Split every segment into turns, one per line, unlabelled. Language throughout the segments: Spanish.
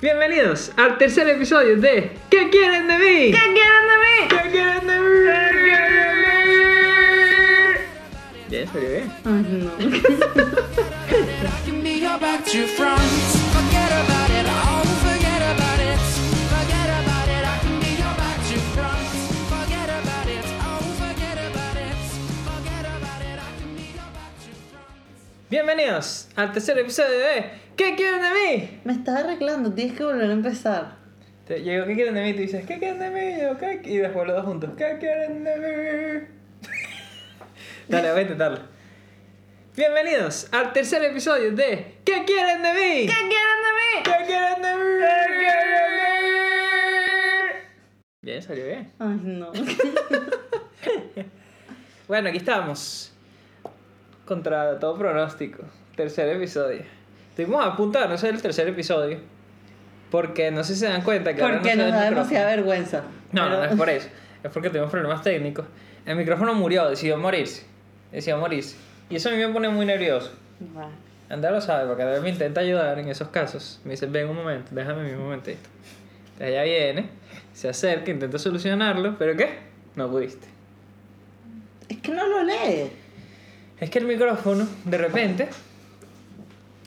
Bienvenidos al tercer episodio de ¿Qué quieren de mí?
¿Qué quieren de mí?
¿Qué quieren de mí? Bien, salió bien.
Ay, no.
Can be your back to front. Forget about it. Oh, forget about it. Forget about it. I can be your back to front. Forget about it. Oh, forget about it. Forget about it. I can be your back to front.
Bienvenidos al tercer episodio de ¿Qué quieren de mí?
Me estás arreglando, tienes que volver a empezar.
Te llego, ¿qué quieren de mí? Y tú dices, ¿qué quieren de mí? Yo, ¿qué? qui-?" Y después los dos juntos, ¿qué quieren de mí? Dale, voy a intentarlo. Bienvenidos al tercer episodio de ¿Qué quieren de mí?
¿Qué quieren de mí?
¿Qué quieren de mí? Bien, salió bien.
Ay, no.
Bueno, aquí estamos. Contra todo pronóstico. Tercer episodio. Estuvimos a punto de no ser el tercer episodio. Porque no sé si se dan cuenta que ahora
Porque
no
nos
se
da
el micrófono.
demasiada vergüenza.
No, no,
Pero-
no es por eso. Es porque tuvimos problemas técnicos. El micrófono murió, decidió morirse. Decidió morirse. Y eso a mí me pone muy nervioso.
Bueno,
Andá lo sabe, porque a veces me intenta ayudar en esos casos. Me dice, ven un momento, déjame mi momentito. Entonces ella viene, se acerca, intenta solucionarlo, pero ¿qué? No pudiste.
Es que no lo lees.
Es que el micrófono, de repente,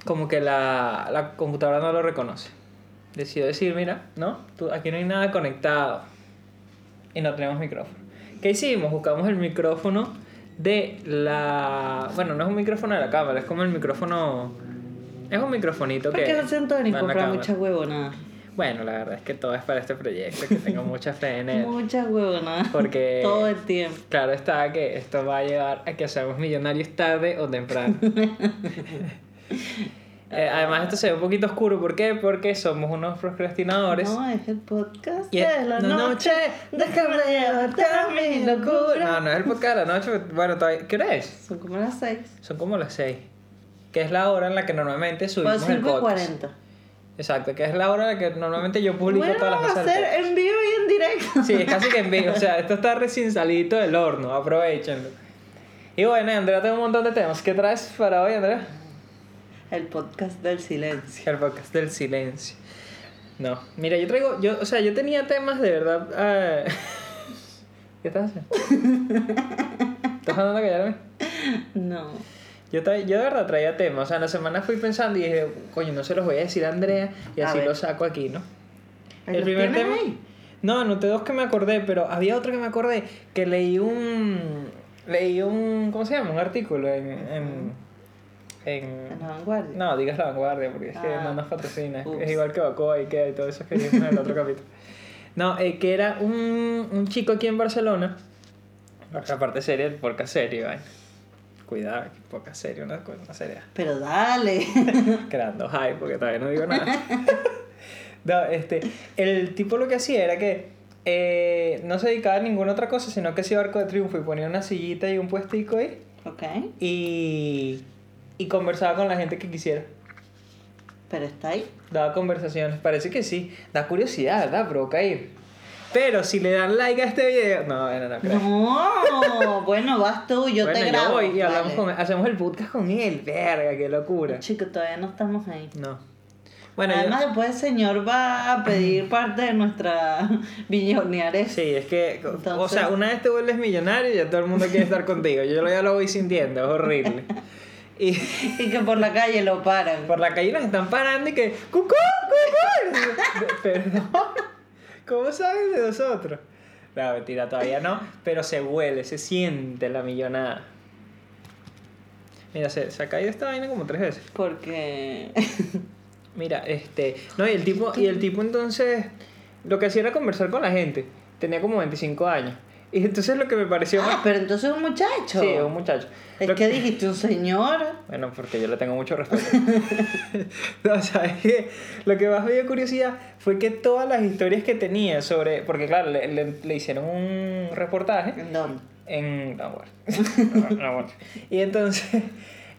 como que la, la computadora no lo reconoce. Decidió decir, mira, no, tú- aquí no hay nada conectado. Y no tenemos micrófono. ¿Qué hicimos? Buscamos el micrófono de la... Bueno, no es un micrófono de la cámara, es como el micrófono... Es un microfonito
Porque
que...
no se Antonio
va en la
compra
cámara.
muchas huevonadas.
Bueno, la verdad es que todo es para este proyecto, que tengo mucha fe en él.
Muchas huevonadas.
Porque-
Todo el tiempo.
Claro está que esto va a llevar a que seamos millonarios tarde o temprano. Eh, además, esto se ve un poquito oscuro. ¿Por qué? Porque somos unos procrastinadores.
No, es el podcast
Y es-
de la
no,
noche. Déjame llevarte a mi
No,
locura.
no es el podcast de la noche. Bueno, todavía... ¿qué hora es?
Son como las 6.
Son como las 6. Que es la hora en la que normalmente
O
subimos el
5 Pues y
podcast.
40.
Exacto, que es la hora en la que normalmente yo publico
Bueno,
todas las
vamos a
cosas. del podcast.
hacer en vivo y en directo.
Sí, es casi que en vivo. O sea, esto está recién salidito del horno. Aprovechenlo. Y bueno, Andrea, tengo un montón de temas. ¿Qué traes para hoy, Andrea?
El podcast del silencio.
El podcast del silencio. No, mira, yo traigo, yo, o sea, yo tenía temas de verdad. eh, ¿Qué estás haciendo? ¿Estás andando a callarme?
No.
Yo, tra- yo de verdad traía temas, o sea, en la semana fui pensando y dije, coño, no se los voy a decir a Andrea y
A
así
ver.
lo saco aquí, ¿no?
Ay, ¿los tienes ahí?
No, anoté dos que me acordé, pero había otro que me acordé que leí un. Leí un. ¿Cómo se llama? Un artículo en. en, en-
En la vanguardia.
no, digas la vanguardia, porque es que
Ah.
no nos patrocina. es-
Ups.
Es igual que Bacoa, Ikea y todo eso que vimos en el otro capítulo. No, eh, que era un, un chico aquí en Barcelona. Porque aparte serio, el porca serio, vaina. Cuidado, que porca serio, una, cosa- una seria.
Pero dale.
Creando hype, porque todavía no digo nada. no, este, el tipo lo que hacía era que eh, no se dedicaba a ninguna otra cosa, sino que hacía arco de triunfo y ponía una sillita y un puestico ahí
ok.
y, y conversaba con la gente que quisiera.
Pero está ahí.
Daba conversaciones, parece que sí. Da curiosidad, ¿verdad? Provoca ir. Pero si le dan like a este video. No, no, no, creo.
No. bueno, vas tú, yo
Bueno,
te grabo.
voy y hablamos
Dale.
con él. Hacemos el podcast con él. Verga, qué locura.
Chico, todavía no estamos ahí.
No. Bueno, yo-
Además, después el señor va a pedir parte de nuestra billonares.
Sí, es que, o- o
Entonces-
sea, una vez te vuelves millonario ya todo el mundo quiere estar contigo. Yo lo- ya lo voy sintiendo, es horrible. Y
Y que por la calle lo paran.
por la calle nos están parando y que, ¡cucú, cucú! Perdón, ¿cómo sabes de nosotros? No, mentira, todavía no, pero se huele, se siente la millonada. Mira, se, se ha caído esta vaina como tres veces.
Porque.
Mira, este. No, y el tipo, y el tipo entonces. Lo que hacía era conversar con la gente. Tenía como 25 años. Y entonces lo que me pareció
ah, pero entonces un muchacho.
Sí, un muchacho.
Es
Lo-
que dijiste un señor.
Bueno, porque yo le tengo mucho respeto. no, ¿sabes qué? Lo que más me dio curiosidad fue que todas las historias que tenía sobre... Porque claro, le, le- le hicieron un reportaje
No.
en... no, bueno. No, no, bueno. Y entonces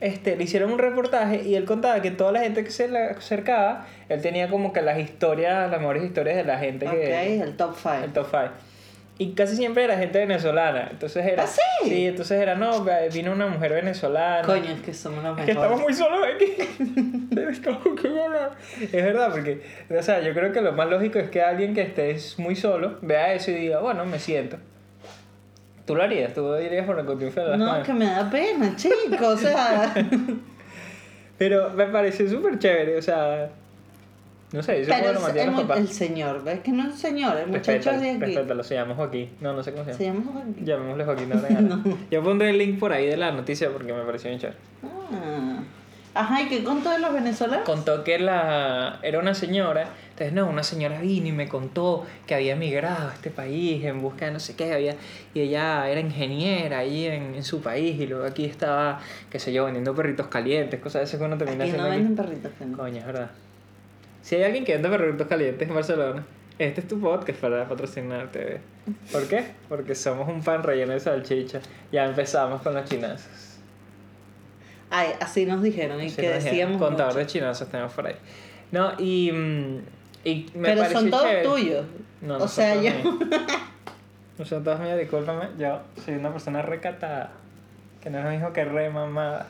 este, le hicieron un reportaje y él contaba que toda la gente que se le acercaba, él tenía como que las historias, las mejores historias de la gente
Ok,
que...
el top 5.
El top 5. Y casi siempre era gente venezolana. Entonces era.
¿Ah, sí?
Sí, entonces era, no, vino una mujer venezolana.
Coño, es que somos los
Es que
mejores.
estamos muy solos aquí. Tenemos que hablar. es verdad, porque, o sea, yo creo que lo más lógico es que alguien que esté muy solo vea eso y diga, bueno, me siento. Tú lo harías, tú dirías por la contienda de las
No,
manos.
que me da pena, chico. O sea,
Pero me pareció súper chévere, o sea. No sé, yo
pero
puedo
el,
mandar a
el
los
mu- el
papás.
señor, ¿ves? Que no es un señor, el muchacho
Respétalo,
de aquí.
respétalo, se llama Joaquín. No, no sé cómo se
Se
llama.
llama Joaquín.
Llamémosle Joaquín, no, regalo. Yo pondré el link por ahí de la noticia porque me pareció bien chévere.
Ah. Ajá, ¿y qué contó de los venezolanos?
contó que la era una señora entonces no una señora vino y me contó que había emigrado a este país en busca de no sé qué había y ella era ingeniera ahí en, en su país y luego aquí estaba qué sé yo vendiendo perritos calientes cosas de esas que uno termina
Aquí no
haciendo aquí.
venden perritos. que no.
coño es verdad si hay alguien que vende perritos calientes en Barcelona este es tu podcast para patrocinarte ¿por qué? porque somos un pan relleno de salchicha ya empezamos con los chinazos
Ay, así nos dijeron y
Sí,
que
nos dijeron,
decíamos.
Contador
mucho.
de chinazos tenemos por ahí. No, y. mm, y me
Pero
pareció
son todos
chévere.
tuyos.
No, no
o
son
sea,
todos
yo.
míos. No son todos míos, discúlpame. Yo soy una persona recatada. Que no es lo mismo que remamada.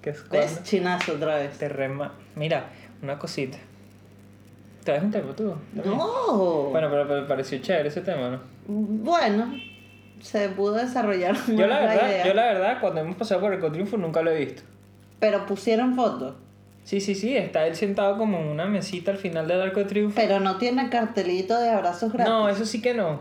Que es cuando
¿Ves? Chinazo otra vez.
te rema. Mira, una cosita. ¿Traes un tema tú? también?
No.
Bueno, pero, pero me pareció chévere ese tema, ¿no?
Bueno, se pudo desarrollar
Yo la
más
verdad,
idea.
yo la verdad, cuando hemos pasado por el triunfo nunca lo he visto.
Pero pusieron fotos.
Sí, sí, sí, está él sentado como en una mesita al final del arco de triunfo.
Pero no tiene cartelito de abrazos gratis.
No, eso sí que no.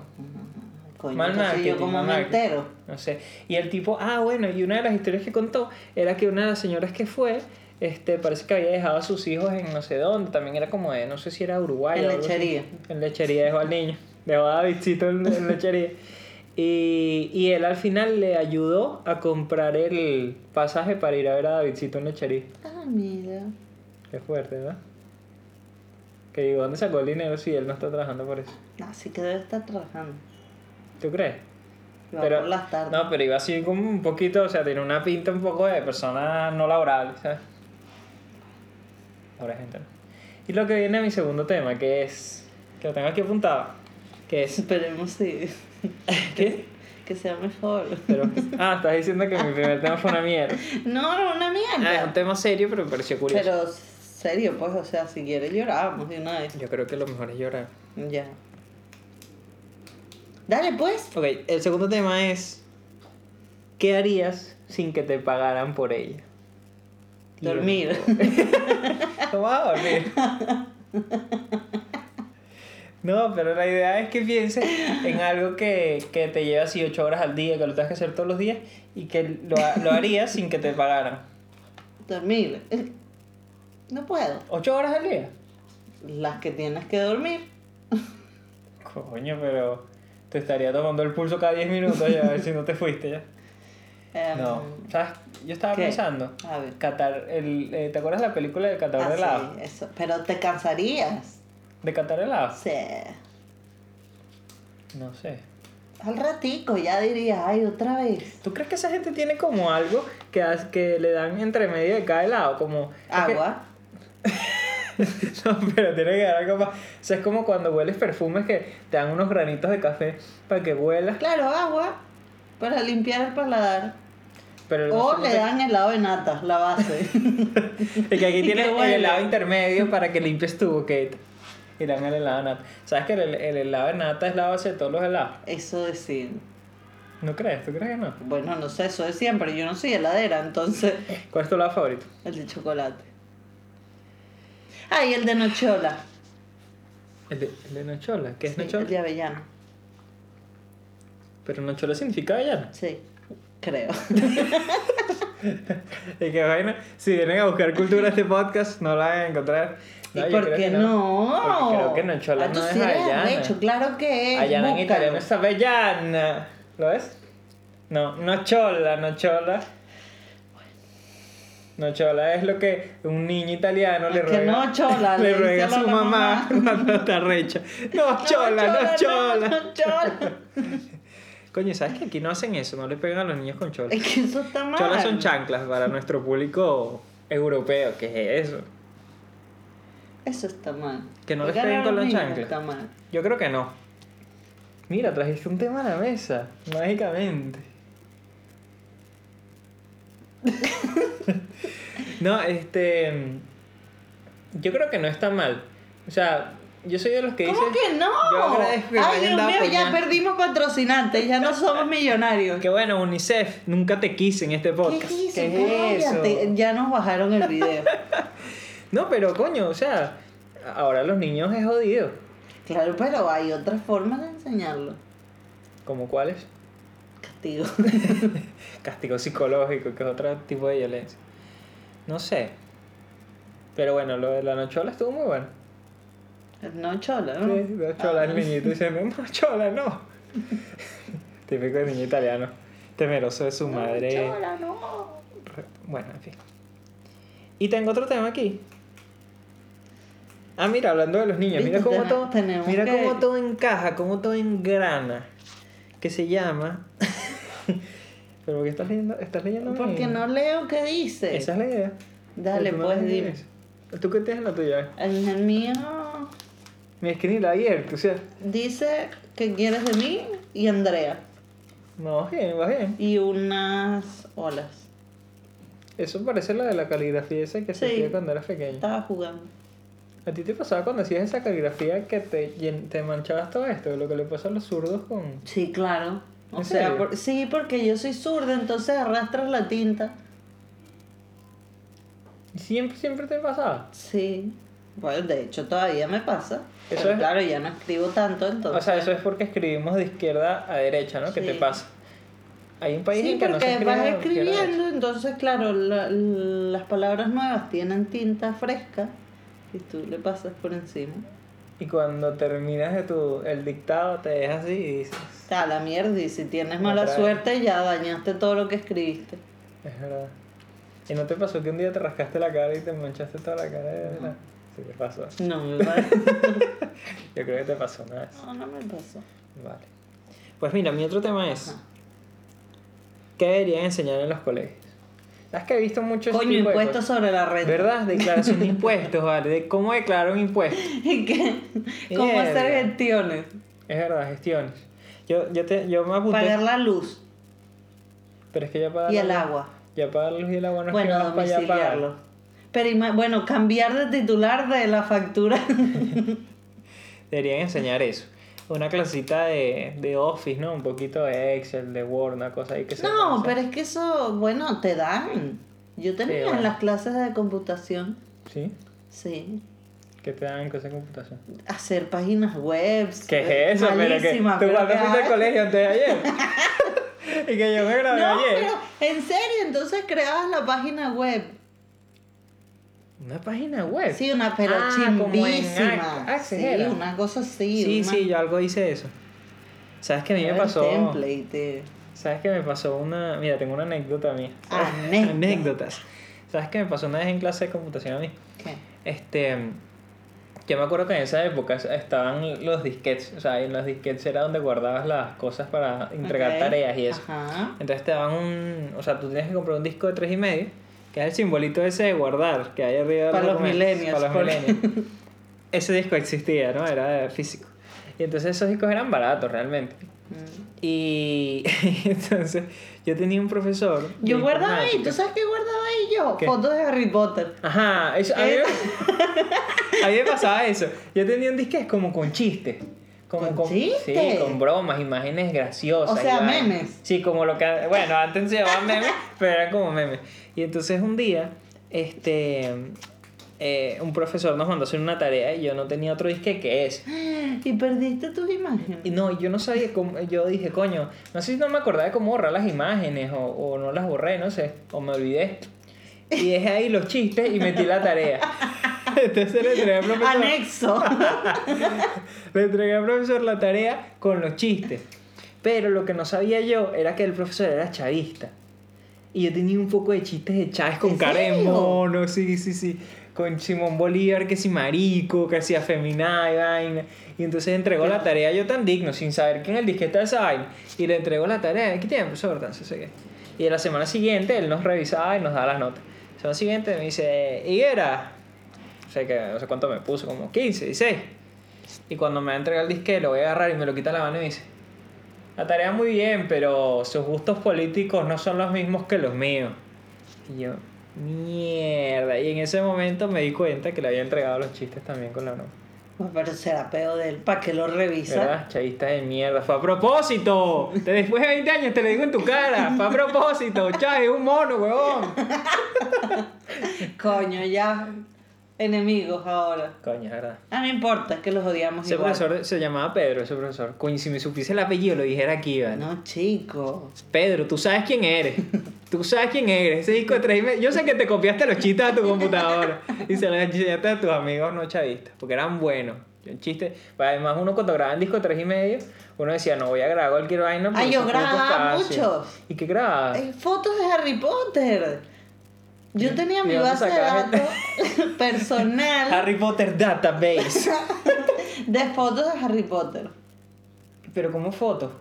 Coño,
mal
entonces
marketing,
yo como
mal
me
marketing.
entero.
No sé. Y el tipo, ah, bueno, y una de las historias que contó era que una de las señoras que fue, este, parece que había dejado a sus hijos en no sé dónde, también era como de, no sé si era Uruguay.
En
o algo así.
lechería.
En lechería dejó al niño, dejó a Davidcito en, en lechería. Y, y él al final le ayudó a comprar el pasaje para ir a ver a Davidcito en lechería.
Ah, mira.
Qué fuerte, ¿verdad? Que digo, ¿dónde sacó el dinero si él no está trabajando por eso?
Así que debe estar trabajando.
¿Tú crees?
Va por las tardes.
No, pero iba así como un poquito, o sea, tiene una pinta un poco de persona no laboral, ¿sabes? Ahora gente. ¿no? Y lo que viene a mi segundo tema, que es. que lo tengo aquí apuntado. Que es.
Esperemos si-
¿Qué?
que sea mejor.
Pero, ah, estás diciendo que mi primer tema fue una mierda.
No, era una
Ah, es
mierda.
un tema serio, pero me pareció curioso.
Pero serio, pues, o sea, si quieres lloramos de una vez.
Yo creo que lo mejor es llorar.
Ya. Dale, pues.
Ok, el segundo tema es. ¿Qué harías sin que te pagaran por ella?
Dormir.
No vas a dormir. No, pero la idea es que pienses en algo que, que te lleva así 8 horas al día, que lo tengas que hacer todos los días y que lo, ha- lo harías sin que te pagaran.
Dormir. Eh, No puedo.
¿8 horas al día?
Las que tienes que dormir.
Coño, pero te estaría tomando el pulso cada 10 minutos ya, a ver si no te fuiste ya.
Em,
No, ¿sabes? Yo estaba
¿Qué?
pensando.
A ver.
Catar, el, eh, ¿Te acuerdas la película de Catar de
Ah,
helado?
sí, eso. Pero te cansarías.
¿De Catar
O
helado?
sea,
No sé.
al ratico ya dirías, ay, otra vez.
¿Tú crees que esa gente tiene como algo que, haz- que le dan entre medio de cada lado? Como, es que-
Agua.
no, pero tiene que dar algo más. O sea, es como cuando hueles perfumes que te dan unos granitos de café para que huelas.
Claro, agua. Para limpiar el paladar.
Pero no
O
sé, no
le
sé.
dan helado de nata, la base.
Es que aquí tiene
Qué bueno.
el helado intermedio para que limpies tu boquete. Y le dan el helado de nata. ¿Sabes que el, el helado de nata es la base de todos los helados?
eso decir.
¿No crees? ¿Tú crees que no?
Bueno, no sé, eso es siempre. Yo no soy heladera, entonces
¿Cuál es tu helado favorito?
el de chocolate. Ay, el de Nochola.
El de, el de Nochola. ¿Qué es
Sí,
Nochola?
El de avellana.
Pero Nochola significa avellana.
Sí, creo.
Y que vaina, si vienen a buscar cultura a este podcast, no la van a encontrar.
¿Y
No, yo
por
creo
qué
que
no?
Porque creo que Nochola
Ah, tú
no es
sí eres
avellana.
arrecho, claro que es.
Allá en
búscalo.
italiano es avellana. ¿Lo ves? No, Nochola, Nochola. Nochola es lo que un niño italiano le
Es
ruega,
que nochola,
le
le dice
ruega a
a
su
la
mamá
mamá.
cuando está recha. Nochola,
no,
Nochola.
no, chola.
Coño, ¿sabes que aquí no hacen eso? No le pegan a los niños con chola.
Es que eso está mal.
Cholas son chanclas para nuestro público europeo. ¿Qué es eso?
Eso está mal.
Que no les
Pegar
peguen
a
con
los
los
niños
chanclas.
Está mal.
Yo creo que no. Mira, trajiste un tema a la mesa, mágicamente. no, este. Yo creo que no está mal. O sea, yo soy de los que
¿Cómo
dicen.
que no?
Yo agradezco que me
Ay,
hayan
Dios
dado
mío, ya
puñal.
perdimos patrocinantes, ya no somos millonarios.
Que bueno, UNICEF, nunca te quise en este
¿Qué
podcast.
hizo?
¿Qué es eso?
Cállate, Ya nos bajaron el video.
No, pero coño, o sea, ahora los niños es jodido.
Claro, pero hay otras formas de enseñarlo.
¿Como cuáles?
Castigo.
Castigo psicológico, que es otro tipo de violencia. No sé. Pero bueno, lo de la nochola estuvo muy bueno.
No chola, ¿no? Ah.
Sí, la chola, el niñito dice, no, no, chola, no. Típico de niño italiano. Temeroso de su madre.
Chola, no.
Re- Bueno, en fin. Y tengo otro tema aquí. Ah, mira, hablando de los niños, mira
Viste,
cómo
ten-
todo,
tenemos
mira
que-
cómo todo encaja, cómo todo engrana. Que se llama. ¿Pero por qué estás leyendo? ¿Estás leyendo? mi-
Porque no leo qué dice.
Esa es la idea.
Dale,
Pero tú no
pues,
lees
dime.
eso. ¿Tú qué tienes en la tuya? eh.
En el mío
Mi esquinita ayer, o sea.
dice que quieres de mí y Andrea.
No, vas bien, vas bien.
Y unas olas.
Eso parece la de la caligrafía esa que se
Sí.
hacía cuando eras pequeño.
Estaba jugando.
¿A ti te pasaba cuando hacías esa caligrafía que te, llen- te manchabas todo esto? Lo que le pasa a los zurdos con...
Sí, claro. O
¿En
sea,
serio?
por- sí, porque yo soy zurda, entonces arrastras la tinta.
Siempre, siempre te pasaba.
Sí. Bueno, de hecho todavía me pasa.
Eso
Pero
es-
claro, ya no escribo tanto entonces.
O sea, eso es porque escribimos de izquierda a derecha, ¿no? ¿Qué te
Sí.
pasa? Hay un país
sí,
en que no se
porque
escribe
vas
de izquierda a derecha.
escribiendo, entonces claro, la- las palabras nuevas tienen tinta fresca y tú le pasas por encima.
Y cuando terminas de tu, el dictado te dejas así y dices...
A la mierda, y si tienes mala
Otra vez.
suerte ya dañaste todo lo que escribiste.
Es verdad. ¿Y no te pasó que un día te rascaste la cara y te manchaste toda la cara de verdad? Sí, te pasó.
No me pasó.
Yo creo que te pasó una vez.
no, no me pasó.
Vale. Pues mira, mi otro tema es...
Ajá.
¿Qué deberían enseñar en los colegios? Las que he visto mucho... ese
Coño,
tipo de
impuestos
cosas.
sobre la renta.
¿Verdad? Declaración de impuestos, vale. De cómo declarar un impuesto.
¿Y qué? ¿Cómo hacer
Mierda.
gestiones?
Es verdad, gestiones. Yo, yo, te, yo me apunté.
Pagar la luz
Pero es que ya pagar
y
la
el
luz-
agua.
Ya pagar la luz y el agua no es
bueno,
que vas para allá a pagar.
domiciliarlo. Pero ima- bueno, cambiar de titular de la factura.
Deberían enseñar eso. Una clasita de, de Office, ¿no? Un poquito de Excel, de Word, una cosa ahí que se
no,
pasa.
pero es que eso, bueno, te dan. Yo tenía
bueno.
en las clases de computación,
¿Sí?
sí,
Que te dan cosas de computación.
hacer páginas web.
¿Qué es eso?
malísimas,
pero que tú
pero
cuando
que-
fuiste al colegio antes de ayer. y que yo me grabé
No,
ayer.
pero en serio, entonces creabas la página web.
Una página web.
Sí, una pero
Ah, como en
chimbísima.
Ac- Access
sí,
era.
una cosa así.
sí,
una-
sí, yo algo hice eso. ¿Sabes qué a mí me
el
pasó?
template.
¿Sabes qué me pasó una.? Mira, tengo una anécdota mía.
Anécdota.
Anécdotas. ¿Sabes qué me pasó una vez en clase de computación a mí?
¿Qué?
Este. Yo me acuerdo que en esa época estaban los disquets. O sea, en los disquets era donde guardabas las cosas para entregar
Ok.
tareas y eso.
Ajá.
Entonces te daban un. O sea, tú tienes que comprar un disco de tres y medio, que es el simbolito ese de guardar, que hay arriba del
Para los
documento,
millennials,
Para los
porque-
millennials. ese disco existía, ¿no? Era eh, físico. Y entonces esos discos eran baratos realmente.
Mm.
Y entonces yo tenía un profesor. de
Yo guardaba ahí,
informática.
¿tú sabes qué guardaba ahí yo?
¿Qué?
Fotos de Harry Potter.
Ajá, eso, a, mí,
Eh.
me- a mí me pasaba eso. Yo tenía un disque como con chistes. Como
¿Con
con Sí,
chistes?
con bromas, imágenes graciosas.
O sea,
y vainas.
memes.
Sí, como lo que. Bueno, antes se llamaban memes, pero eran como memes. Y entonces un día, este. eh, un profesor nos mandó a hacer una tarea y yo no tenía otro disque que ese.
Y perdiste tus imágenes.
Y no, yo no sabía cómo, yo dije, coño, no sé si no me acordaba de cómo borrar las imágenes o, o no las borré, no sé, o me olvidé. Y dejé ahí los chistes y metí la tarea. Entonces le entregué al profesor,
Anexo.
le entregué al profesor la tarea con los chistes. Pero lo que no sabía yo era que el profesor era chavista. Y yo tenía un poco de chistes de Chávez con
¿En
cara de
serio?
mono, sí, sí, sí. Con Simón Bolívar, que si marico, que si afeminada y vaina. Y entonces entregó la tarea yo tan digno, sin saber quién el disque está esa vaina. Y le entregó la tarea, aquí tiene profesor, tan no sé qué. Y a la semana siguiente él nos revisaba y nos daba las notas. La semana siguiente me dice, Higuera, no sé, qué, no sé cuánto me puso, como 15, 16. Y cuando me va a entregar el disque, lo voy a agarrar y me lo quita la mano y me dice, La tarea muy bien, pero sus gustos políticos no son los mismos que los míos. Y yo, mierda. Y en ese momento me di cuenta que le había entregado los chistes también con la broma.
Bueno, Pues, Pero será peo de él, ¿para que lo revisa?
¿Verdad? Chavista de mierda. Fue a propósito. Te- Después de 20 años te lo digo en tu cara. Fue a propósito. Chávez es un mono, huevón.
Coño, ya enemigos ahora.
Coño, es verdad.
Ah, no importa, es que los odiamos
Ese
igual.
profesor se llamaba Pedro, ese profesor. Coño, si me supiese el apellido lo dijera aquí, ¿vale?
No, chico.
Pedro, tú sabes quién eres. Tú sabes quién eres. Ese disco de tres y medio- Yo sé que te copiaste los chistes a tu computadora y se los enseñaste a tus amigos no chavistas, porque eran buenos. Yo, Un chiste. Además, uno cuando grababa en disco de tres y medio, uno decía, no voy a grabar cualquier vaina. porque
Ah, yo
eso ocupa
grababa
espacio".
muchos.
¿Y qué grababa?
Eh, fotos de Harry Potter. Yo tenía
¿Y
mi
dónde
base de
sacabas?
datos personal
Harry Potter Database.
de fotos de Harry Potter.
Pero como fotos.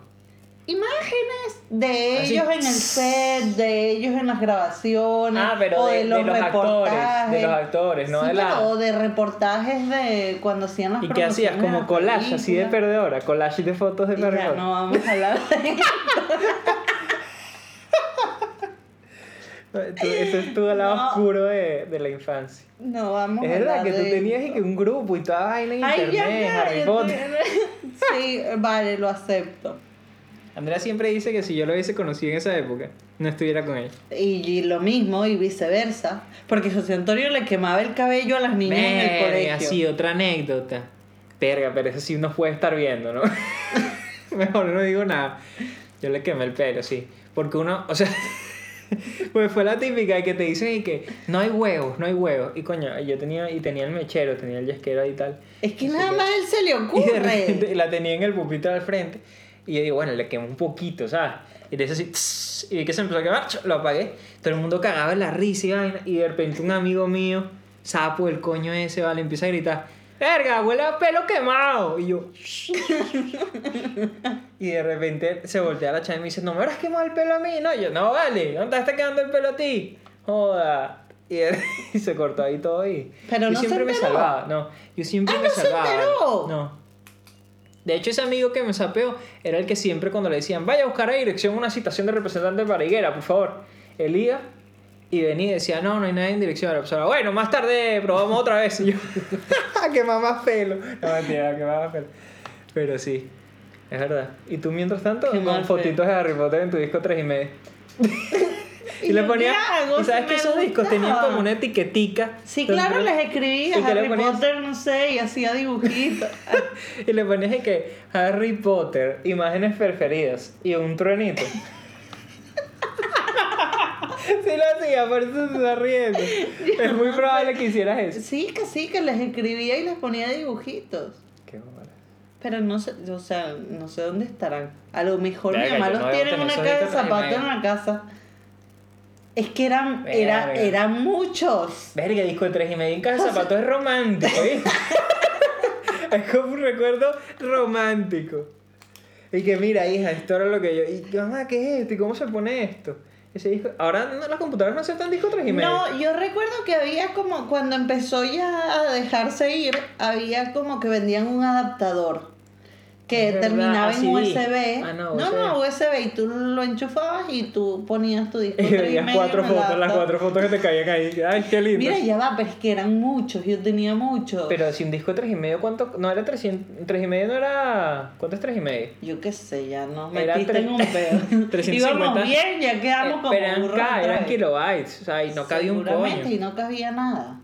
Imágenes de
Así.
ellos en el set, de ellos en las grabaciones,
Ah, pero
o
de-
de,
de
los
los actores,
reportajes.
de los actores, no
Sí,
de la-
pero de reportajes de cuando hacían las
¿Y qué hacías?
promociones de
Como
las
collage, así de
películas.
perdedora. Collage de fotos de
Y Ya
perdedora.
no vamos a hablar de
Tú- Eso es tu lado
No.
oscuro de, de la infancia.
No vamos
Es
a
verdad
hablar
que tú
de
tenías
eso.
y que un grupo y toda vaina en
Ay, ya,
internet,
ya,
Harry
yo
Potter.
te- Sí, vale, lo acepto.
Andrea siempre dice que si yo lo hubiese conocido en esa época, no estuviera con ella.
Y, y lo mismo, y viceversa. Porque José Antonio le quemaba el cabello a las niñas en el
Verga,
colegio.
sí, otra anécdota. Verga, pero eso sí nos puede estar viendo, ¿no? Mejor no digo nada. Yo le quemé el pelo, sí. Porque uno, o sea, pues fue la típica de que te dicen y que no hay huevos, no hay huevos. Y coño, yo tenía, y tenía el mechero, tenía el yesquero y tal.
Es que
No sé
nada
qué.
más a él se le
Y de
ocurre.
repente la tenía en el pupito del frente. Y yo digo, bueno, le quemé un poquito, ¿sabes? Y le hice así, tss, y vi que se empezó a quemar, ch, lo apagué. Todo el mundo cagaba en la risa y vaina. Y de repente un amigo mío, sapo, el coño ese, vale, empieza a gritar, ¡Verga, huele a pelo quemado! Y yo, "Shh". Y de repente se voltea la chava y me dice, no me habrás quemado el pelo a mí. No, Y yo, no, vale, ¿dónde te está quedando el pelo a ti? Joda. Y, él- y se cortó ahí todo y...
Pero
yo
no se
siempre me
enteró.
salvaba, no. Yo siempre
Ah,
me
no se
salvaba.
enteró.
No. De hecho, ese amigo que me sapeó era el que siempre cuando le decían, vaya a buscar a dirección una citación de representante para Higuera, por favor. Él iba y venía y decía, no, no hay nadie en dirección. La persona, bueno, más tarde probamos otra vez. Y yo,
Ah,
que mamá pelo. No, mentira, que mamá pelo. Pero sí, es verdad. Y tú, mientras tanto,
Qué
con
mal
fotitos de Harry Potter en tu disco 3 y medio. y,
¿Y
le
yo
ponías,
qué hago
y sabes
si
que
me
esos discos
gustaba?
tenían como una etiquetica.
Sí,
donde-
claro, les escribía
¿Y qué le
Harry
ponías?
Potter, no sé, y hacía dibujitos.
Y le pones de que Harry Potter, imágenes preferidas y un truenito. sí lo hacía, por eso se está riendo. Es muy probable que hicieras eso.
sí, que sí, que les escribía y les ponía dibujitos.
Qué bola.
Pero no sé, o sea, no sé dónde estarán. A lo mejor
Verga,
mi mamá
yo
los
no debo
tiene
tener
en una
esos
caja de
discos,
zapatos en
imagínate.
la casa. Es que eran, era,
Verga.
eran muchos.
Verga, disco de tres y medio en caja de zapatos es romántico, ¿viste? es como un recuerdo romántico. Y que mira, hija, esto era lo que yo. Y mamá, ¿qué es esto? ¿Y cómo se pone esto? Ese disco. Ahora no, las computadoras no aceptan disco tres y medio.
No, yo recuerdo que había como, cuando empezó ya a dejarse ir, había como que vendían un adaptador que
Es verdad,
terminaba en
ACD.
USB.
Ah, no,
no,
USB.
no, USB, y tú lo enchufabas y tú ponías tu disco.
Y
tres
veías
medio
cuatro
en el
fotos, las
adaptador.
cuatro fotos que te caían ahí. Ay, qué lindo.
Mira, ya va, pero es que eran muchos, yo tenía muchos.
Pero si un disco de 3,5, ¿cuánto? No era 300, 3,5 no era... ¿Cuánto es 3,5?
Yo qué sé, ya nos
Era
metiste
tre-
en un pedo.
350.
Íbamos bien, ya quedamos como
Eh, Pero eran,
burros
ca-
otra
eran
vez.
kilobytes, o sea, y no cabía un
Seguramente, y
coño.
no cabía nada.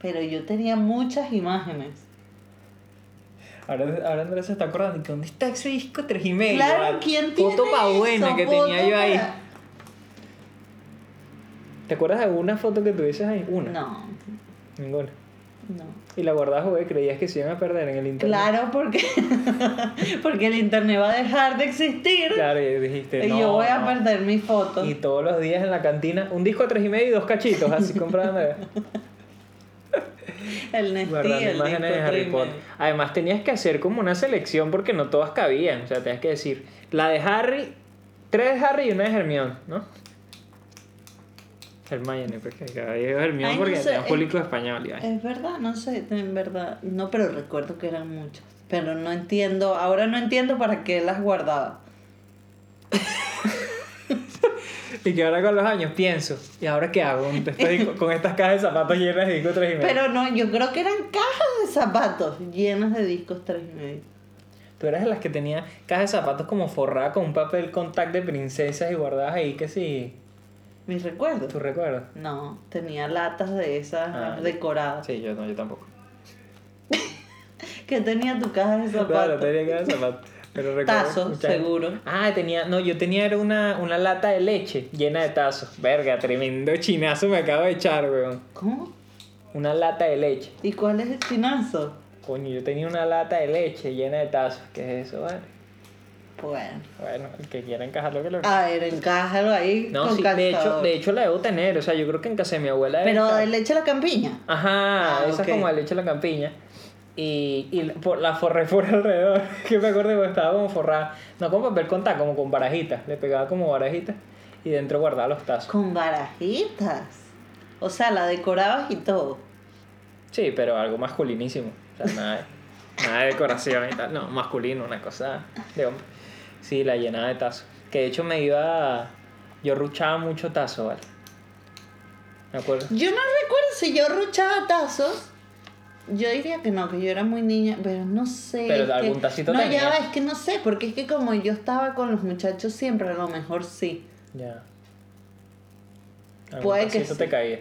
Pero yo tenía muchas imágenes.
Ahora, ahora Andrés se está acordando, ¿y ¿dónde está ese disco 3,5?
Claro,
vale?
¿quién tiene
Ah, Foto pa'
eso?
buena que
Foto
tenía yo ahí.
para-
¿Te acuerdas de alguna foto que tuvieses ahí? Una.
No,
Ninguna.
no.
Y la guardabas, güey, creías que se iban a perder en el internet.
Claro, porque, porque el internet va a dejar de existir
Claro, y dijiste,
y
este, no.
yo voy a
no".
perder mis fotos.
Y todos los días en la cantina, un disco de 3,5 y dos cachitos, así comprando.
El Nestí,
Guardando
el
imágenes de
disco
Harry
Dreamer.
Potter. Además, tenías que hacer como una selección porque no todas cabían. O sea, tenías que decir la de Harry, tres de Harry y una de Hermione, ¿no? Hermione, porque cabía Hermione
Ay, no
porque
sé,
tenía un
es-
público español. y vaina.
Es verdad, no sé, en verdad. No, pero recuerdo que eran muchas. Pero no entiendo, ahora no entiendo para qué las guardaba.
Y que ahora con los años pienso, ¿y ahora qué hago? Estoy con- con estas cajas de zapatos llenas de discos 3 y medio.
Pero no, yo creo que eran cajas de zapatos llenas de discos tres y medio.
Tú eras de las que tenía cajas de zapatos como forrada con un papel contact de princesas y guardadas ahí que sí.
¿Mis recuerdos?
¿Tú recuerdas?
No, tenía latas de esas
Ah.
decoradas.
Sí, yo no, yo tampoco.
¿Qué tenía tu caja de zapatos?
Claro, tenía cajas de zapatos. Pero recuerdo
Tazos,
muchas-
seguro.
Ah, tenía, no, yo tenía era una, una lata de leche llena de tazos. Verga, tremendo chinazo me acabo de echar, weón.
¿Cómo?
Una lata de leche.
¿Y cuál es el chinazo?
Coño, yo tenía una lata de leche llena de tazos. ¿Qué es eso, vale?
Bueno.
Bueno, el que quiera encajarlo que lo
A ver, encájalo ahí
No,
Ah, con
sí, de hecho,
calzador.
de hecho la debo tener. O sea, yo creo que en casa de mi abuela debe
Pero
estar.
de leche a la campiña.
Ajá,
Ah,
esa
ok.
es como el leche de la campiña. Y, y la- por, la forré por alrededor. Que me acuerdo que estaba como forrada. No con papel contar, como con barajitas. Le pegaba como barajitas y dentro guardaba los tazos.
Con barajitas. O sea, la decorabas y todo.
Sí, pero algo masculinísimo. O sea, nada de, nada de decoración y tal. No, masculino, una cosa de hombre. Sí, la llenaba de tazos. Que de hecho me iba. Yo ruchaba mucho tazo, ¿vale? ¿Me acuerdo?
Yo no recuerdo si yo ruchaba tazos. Yo diría que no, que yo era muy niña, pero no sé.
Pero
es que-
algún tacito
No,
tenía.
ya va, es que no sé, porque es que como yo estaba con los muchachos siempre, a lo mejor sí.
Ya. Algún
Puede que
tacito
sí.
te caía.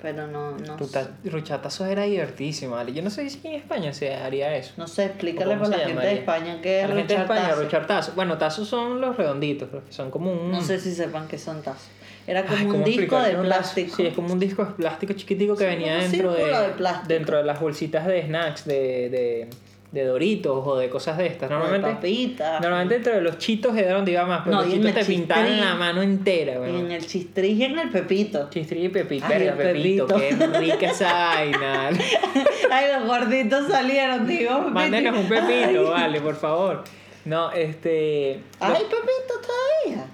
Pero no, no sé.
Ruta- Ruchatazos era divertísimo, ¿vale? Yo no sé si en España se haría eso.
No sé, explícale
¿Cómo se
para la gente de
llamaría?
España que es
la gente de
ruchar
España,
tazos.
ruchar tazos. Bueno, tazos son los redonditos, los que son como un...
No sé si sepan que son tazos. Era
Mm. Ay,
como un
¿cómo
disco
explicar?
de
Es un tazo-
plástico.
Sí, es como un disco de plástico chiquitico que
Sí,
venía
como un
dentro de,
círculo de plástico.
dentro de las bolsitas de snacks, de, de, de doritos o de cosas de estas. Normalmente,
De papitas.
normalmente dentro de los chitos era donde iba más, pero
No,
los
y en
chitos
el
te pintaban
chistrín.
la mano entera,
Y
güey.
en el chistriz y en el pepito.
Chistrillo y Pepito,
Ay,
verga,
el
Pepito,
Pepito.
qué rica esa vaina.
Ay, los gorditos salieron, digo.
Mándenos un pepito, vale, por favor. No, este.
Ay, ay, pepito todavía.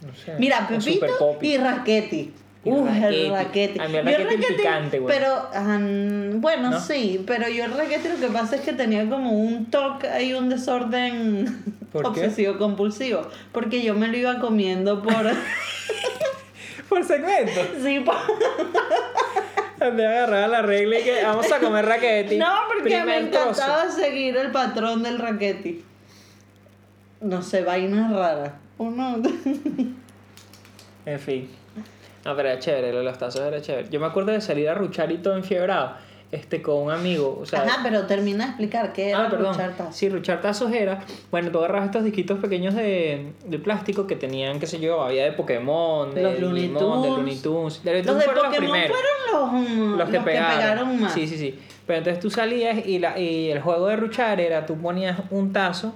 no sé,
Mira,
un
Pepito
super popi.
y Raquetti.
Y
Uy,
Raquetti.
el raquete.
A mí el Raquetti es picante, güey.
Pero, ah, bueno,
¿No?
sí, pero yo el raquete lo que pasa es que tenía como un toque, hay un desorden
¿Por qué?
obsesivo-compulsivo. Porque yo me lo iba comiendo por.
Por segmento.
sí, por-
Me agarraba la regla y que vamos a comer raquete.
No, porque me encantaba seguir el patrón del raquete. No sé, vainas raras. Uno.
En fin. No, pero era chévere, lo de los tazos era chévere. Yo me acuerdo de salir a ruchar y todo enfiebrado. Este, con un amigo. O sea,
Ajá, pero termina de explicar qué era
Ah, perdón.
luchar tazos.
Sí, ruchar tazos era. Bueno, tú agarrabas estos disquitos pequeños de, de plástico que tenían, qué sé yo, había de Pokémon, de
Los Looney
Limón, de
Tunes.
Looney Tunes. De Looney
Los
Tunes
de
fueron
Pokémon
primeros.
fueron los, mm,
los que, pegaron.
más.
Sí, sí, sí. Pero entonces tú salías y, la, y el juego de ruchar era tú ponías un tazo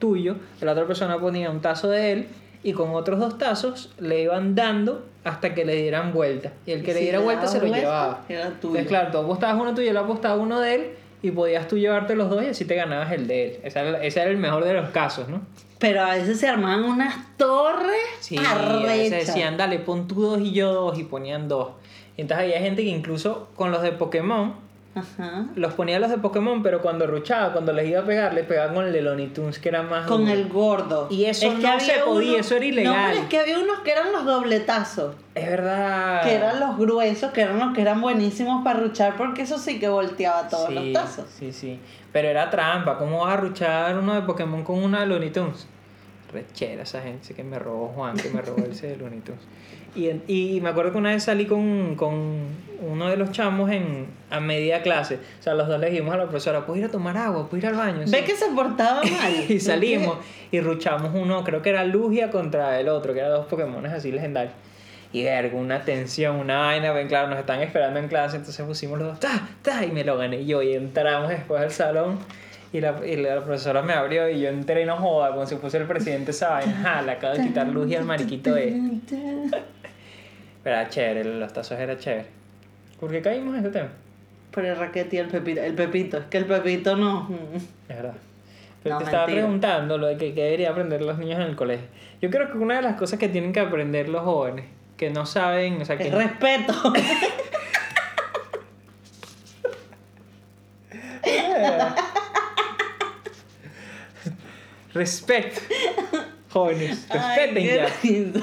tuyo, la otra persona ponía un tazo de él y con otros dos tazos le iban dando hasta que le dieran vuelta. Y el que
Y
le
si
diera
le
vuelta
dabas
se lo
vuelta,
llevaba.
era tuyo.
Entonces, claro, tú apostabas uno tuyo, él apostaba uno de él y podías tú llevarte los dos y así te ganabas el de él. Ese era, ese era el mejor de los casos, ¿no?
Pero a veces se armaban unas torres
Sí, a veces
arrechas.
decían, dale, pon tú dos y yo dos, y ponían dos. Y entonces había gente que incluso con los de Pokémon,
Ajá.
los ponía los de Pokémon, pero cuando ruchaba, cuando les iba a pegar, les pegaba con el de Looney Tunes, que era más.
Con
duro.
el gordo.
"Ah, Y eso no
había
se podía, eso era
No,
ilegal.
pero es que había unos que eran los dobletazos.
Es verdad.
Que eran los gruesos, que eran los que eran buenísimos para ruchar, porque eso sí que volteaba todos
sí,
los tazos.
Sí, sí. Pero era trampa. ¿Cómo vas a ruchar uno de Pokémon con uno de Looney Tunes? Rechera esa gente que me robó Juan, que me robó el de Looney Tunes. Y, en- y me acuerdo que una vez salí con, con uno de los chamos en, a media clase. O sea, los dos le dijimos a la profesora, ¿puedo ir a tomar agua? ¿Puedo ir al baño?
Ve
Sí.
que se portaba mal.
y salimos y ruchamos uno, creo que era Lugia contra el otro, que eran dos Pokémones así legendarios. Y verga, una tensión, una vaina, ven, claro, nos están esperando en clase, entonces pusimos los dos, ta, ta, y me lo gané yo, y entramos después al salón, y la, y la profesora me abrió, y yo entré, no joda, como si fuese el presidente esa vaina, ja, le acabo de quitar Lugia al mariquito de... Pero era chévere, los tazos era chévere. ¿Por qué caímos en este tema?
Pero el raquete y el pepito. El pepito, es que el pepito no. mm,
Es verdad. Pero
No,
te estaba
mentira.
preguntando lo de que, que debería aprender los niños en el colegio. Yo creo que una de las cosas que tienen que aprender los jóvenes, que no saben, o sea, que
Es respeto.
respect. Jóvenes, respeten
Ay, qué
ya.
lindo.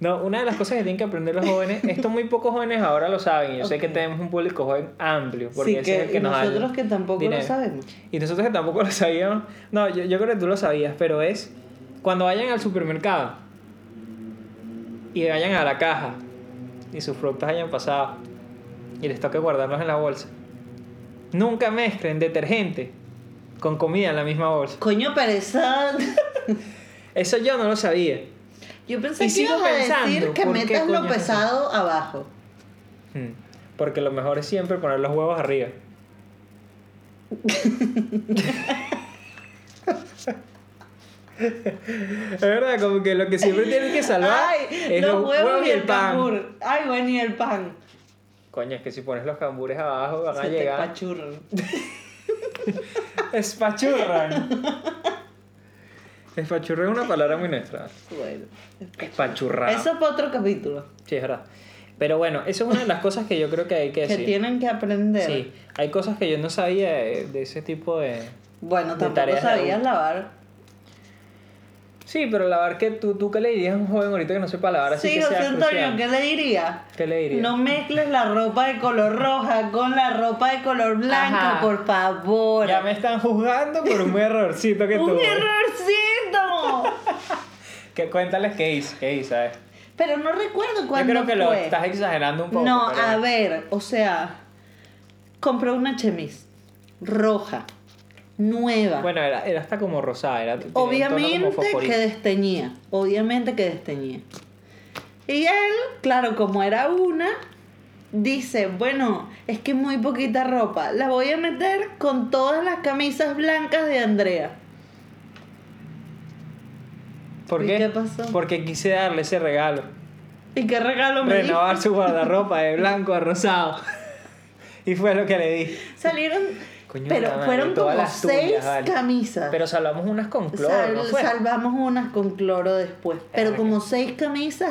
No, una de las cosas que tienen que aprender los jóvenes, esto muy pocos jóvenes ahora lo saben, y yo sé que tenemos un público joven amplio, porque
Sí,
ese es
que,
el que
y
nos da
nosotros que tampoco
dinero.
lo sabemos.
Y nosotros que tampoco lo sabíamos, no, yo, yo creo que tú lo sabías, pero es cuando vayan al supermercado y vayan a la caja y sus productos hayan pasado y les toque guardarlos en la bolsa, nunca mezclen detergente con comida en la misma bolsa.
Coño, pero esa-
Eso yo no lo sabía.
Yo
Y
pensé que
sigo
ibas a decir
pensando,
que
¿por qué
metas lo
coño es eso?
pesado abajo.
Mm, Porque lo mejor es siempre poner los huevos arriba. es verdad, como que lo que siempre tienes que salvar
Ay,
es
los huevos y el cambur. Ay, bueno, y el pan.
Coño, es que si pones los cambures abajo van a
Se te
llegar.
pachurran.
Espachurran. Espachurran es una palabra muy nuestra.
Bueno.
Espachurran.
Eso es para otro capítulo.
Sí, es verdad. Pero bueno, eso es una de las cosas que yo creo que hay que
Que
decir.
tienen que aprender.
Sí, hay cosas que yo no sabía de, de ese tipo de...
Bueno,
De
tampoco
tareas de
sabías
adulto.
lavar.
Sí, pero lavar que tú, tú qué le dirías a un joven ahorita que no sepa lavar así
sí,
que
José
sea
Antonio,
crucial?
¿qué le diría?
¿Qué le dirías?
No mezcles la ropa de color roja con la ropa de color blanca,
Ajá.
por favor.
Ya me están juzgando por un errorcito que
¡Un
tuve.
errorcito!
Que cuéntales qué hice, qué hice, ¿sabes?
pero no recuerdo
Yo
cuándo
creo que lo
fue.
estás exagerando un poco.
no,
pero
a ver, o sea, compré una chemis roja, nueva.
Bueno, era, era hasta como rosada, era tenía un tono como
Obviamente
fosforito.
que desteñía. Obviamente que desteñía. Y él, claro, como era una, dice, bueno, es que muy poquita ropa. La voy a meter con todas las camisas blancas de Andrea.
¿Por
¿Y
qué?
qué pasó?
Porque quise darle ese regalo.
¿Y qué regalo me di?
Renovar su guardarropa de blanco a rosado. y fue lo que le di.
Salieron,
Coño, la
pero
madre,
fueron
todas
como
las tuyas,
seis
vale.
camisas.
Pero salvamos unas con cloro,
Sal-
¿no fue?
Salvamos unas con cloro después. Pero
Verga.
como seis camisas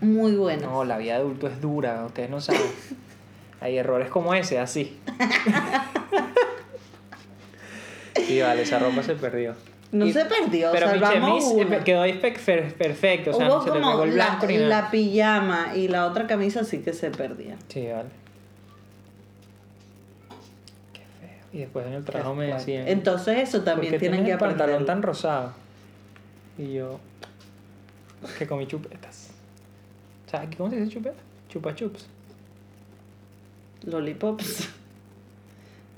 muy buenas.
No, la vida de adulto es dura, ustedes no saben. Hay errores como ese, así. Sí, vale, esa ropa se perdió.
No
Y-
se perdió,
Pero mi
salvamos
chemis
una.
eh, quedó espe- per- perfecto, o sea, no
Hubo
se le
como
pegó el
la,
blanco ni nada.
la pijama y la otra camisa sí que se perdía.
Sí, vale. Qué feo. Y después en el trabajo me decían,
Entonces eso
"¿Por
también
qué
tienen
tienes
que
el pantalón
aprender.
tan rosado? Y yo, que comí chupetas. O sea, ¿cómo se dice chupeta? Chupa chups.
Lollipops.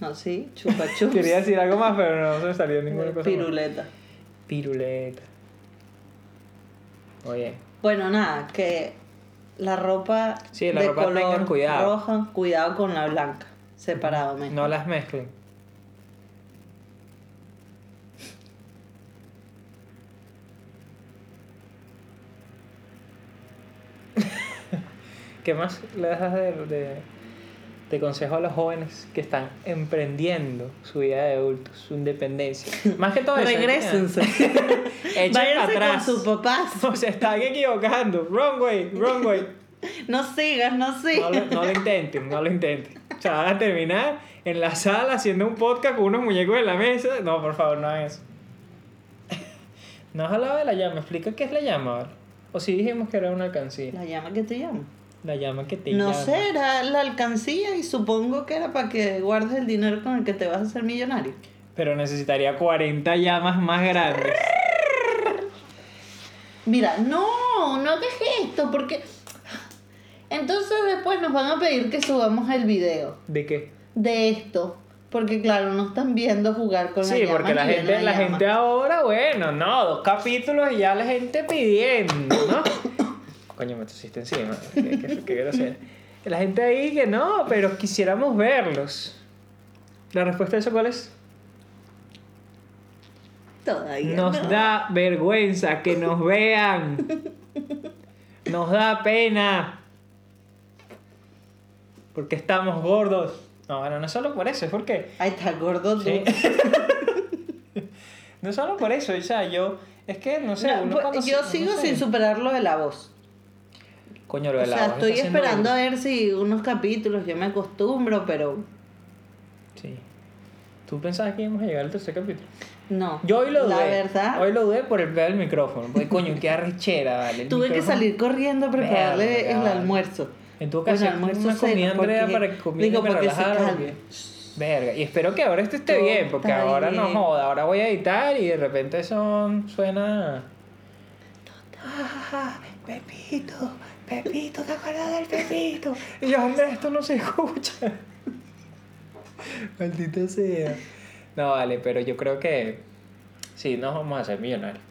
No, sí, chupa chups.
Quería decir algo más, pero no se me salió ninguna cosa. más.
Piruleta.
Piruleta. Oye,
Bueno, nada, que la ropa
Sí, la
de
ropa
color
tengan cuidado.
roja, cuidado con la blanca, separado mejor.
no las mezclen. ¿Qué más le das de, de, de consejo a los jóvenes que están emprendiendo su vida de adultos, su independencia? Más que todo eso. ¿eh?
Regrésense.
Echen para
Váyanse con
atrás.
sus papás.
No, se están equivocando. Wrong way, wrong way.
No sigas, no
No
sigas.
lo, no lo intenten, no lo intenten. O sea, van a terminar en la sala haciendo un podcast con unos muñecos en la mesa. No, por favor, no hagan eso. No has hablado de la llama. Explica qué es la llama ahora. O si dijimos que era una alcancía.
La llama que te llama.
La llama que te
No
llama.
sé, era la alcancía y supongo que era para que guardes el dinero con el que te vas a hacer millonario.
Pero necesitaría 40 llamas más grandes.
Mira, no, no hagas esto, porque entonces después nos van a pedir que subamos el video
¿De qué?
de esto. Porque claro, no están viendo jugar con la
Sí,
llama
porque la
ni ven
gente, la
llama.
gente ahora, bueno, no, dos capítulos y ya la gente pidiendo, ¿no? Coño, me tosiste encima. Qué, qué, qué grosera. La gente ahí que no, pero quisiéramos verlos. ¿La respuesta a eso cuál es?
Todavía
Nos
no.
da vergüenza que nos vean. Nos da pena. Porque estamos gordos. No, bueno, no solo por eso, es porque
Ay, está gordo tú.
Sí. no solo por eso, o sea, yo. Es que no sé,
No,
uno
pues,
cuando se-
yo
no
sigo
sé.
sin superar lo de la voz.
Coño, lo
O
de la
sea,
voz
estoy
está siendo
esperando a
duro.
ver si unos capítulos yo me acostumbro, pero
Sí. ¿Tú pensabas que íbamos a llegar al tercer capítulo?
No.
Yo hoy lo dudé.
La verdad.
Hoy lo dudé por el pedo del micrófono. Porque coño, qué arrechera, vale. el
Tuve que
micrófono.
salir corriendo a prepararle
Verga,
el
vale.
almuerzo.
En todo caso,
Bueno, almuerzo
una comida
cena,
Andrea
porque-
para que comiera
digo,
y me
porque se
relajara,
calme.
porque- Verga. Y espero que ahora esto esté
Todo
bien, porque
está
ahora no
bien.
joda. Ahora voy a editar y de repente son. suena. Pepito, Pepito, ¿te acuerdas del Pepito? Y yo, Andrea, esto no se escucha. Maldita sea. No, vale, pero yo creo que sí, nos vamos a hacer millonarios.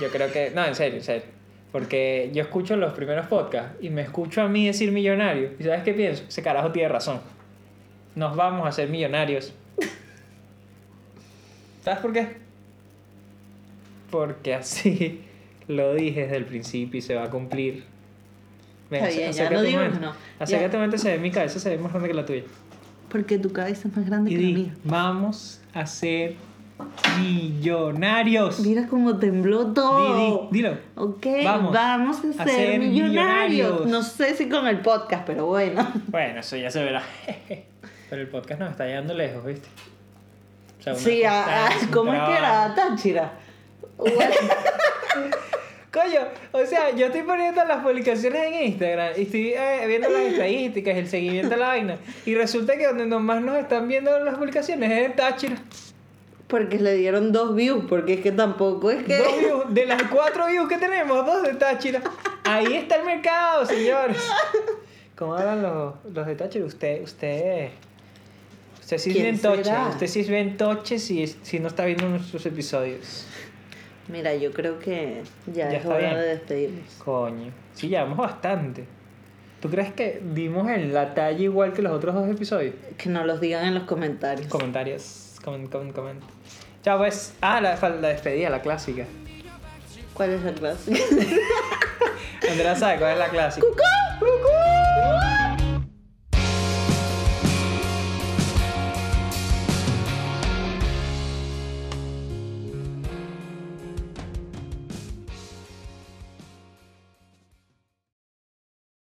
Yo creo que, no, en serio, en serio. Porque yo escucho los primeros podcasts y me escucho a mí decir millonario. ¿Y sabes qué pienso? Ese carajo tiene razón. Nos vamos a hacer millonarios. ¿Sabes por qué? Porque así lo dije desde el principio y se va a cumplir.
Está bien, ya no
acércate un
digo que
momento.
no. Ya.
Acércate un momento, se ve mi cabeza, se ve más grande que la tuya.
Porque tu cabeza es más grande
Y
que la
di,
mía.
vamos a ser millonarios. Di,
Mira Oh. cómo tembló todo.
di, dilo.
Ok,
Vamos
vamos, a ser,
a ser
millonarios.
millonarios.
No sé si con el podcast, pero bueno.
Bueno, eso ya se verá. Pero el podcast nos está llegando lejos, ¿viste? O sea, una
Sí, a- a-
constancia, un
¿cómo es que
trabajo.
era? Táchira.
Coño, o sea, yo estoy poniendo las publicaciones en Instagram y estoy eh, viendo las estadísticas, el seguimiento de la vaina. Y resulta que donde nomás nos están viendo las publicaciones es en Táchira.
Porque le dieron dos views, porque es que tampoco es que...
Dos views, de las cuatro views que tenemos, dos de Táchira. Ahí está el mercado, señores. ¿Cómo hablan los, los de Táchira? Usted, usted. Usted sí es
¿Quién
bien toche.
será?
Usted sí es bien toche si, si no está viendo nuestros episodios.
Mira, yo creo que
Ya
ya, es
está
hora
bien.
de despedirnos.
Coño. Sí, llevamos bastante. ¿Tú crees que dimos en la talla igual que los otros dos episodios?
Que nos los digan en los comentarios.
Comentarios. Comen, comen, comen. Chao, pues. Ah, la, fal- la despedida, la clásica.
¿Cuál es el clásico?
Andrea sabe cuál es la clásica.
¡Cucú!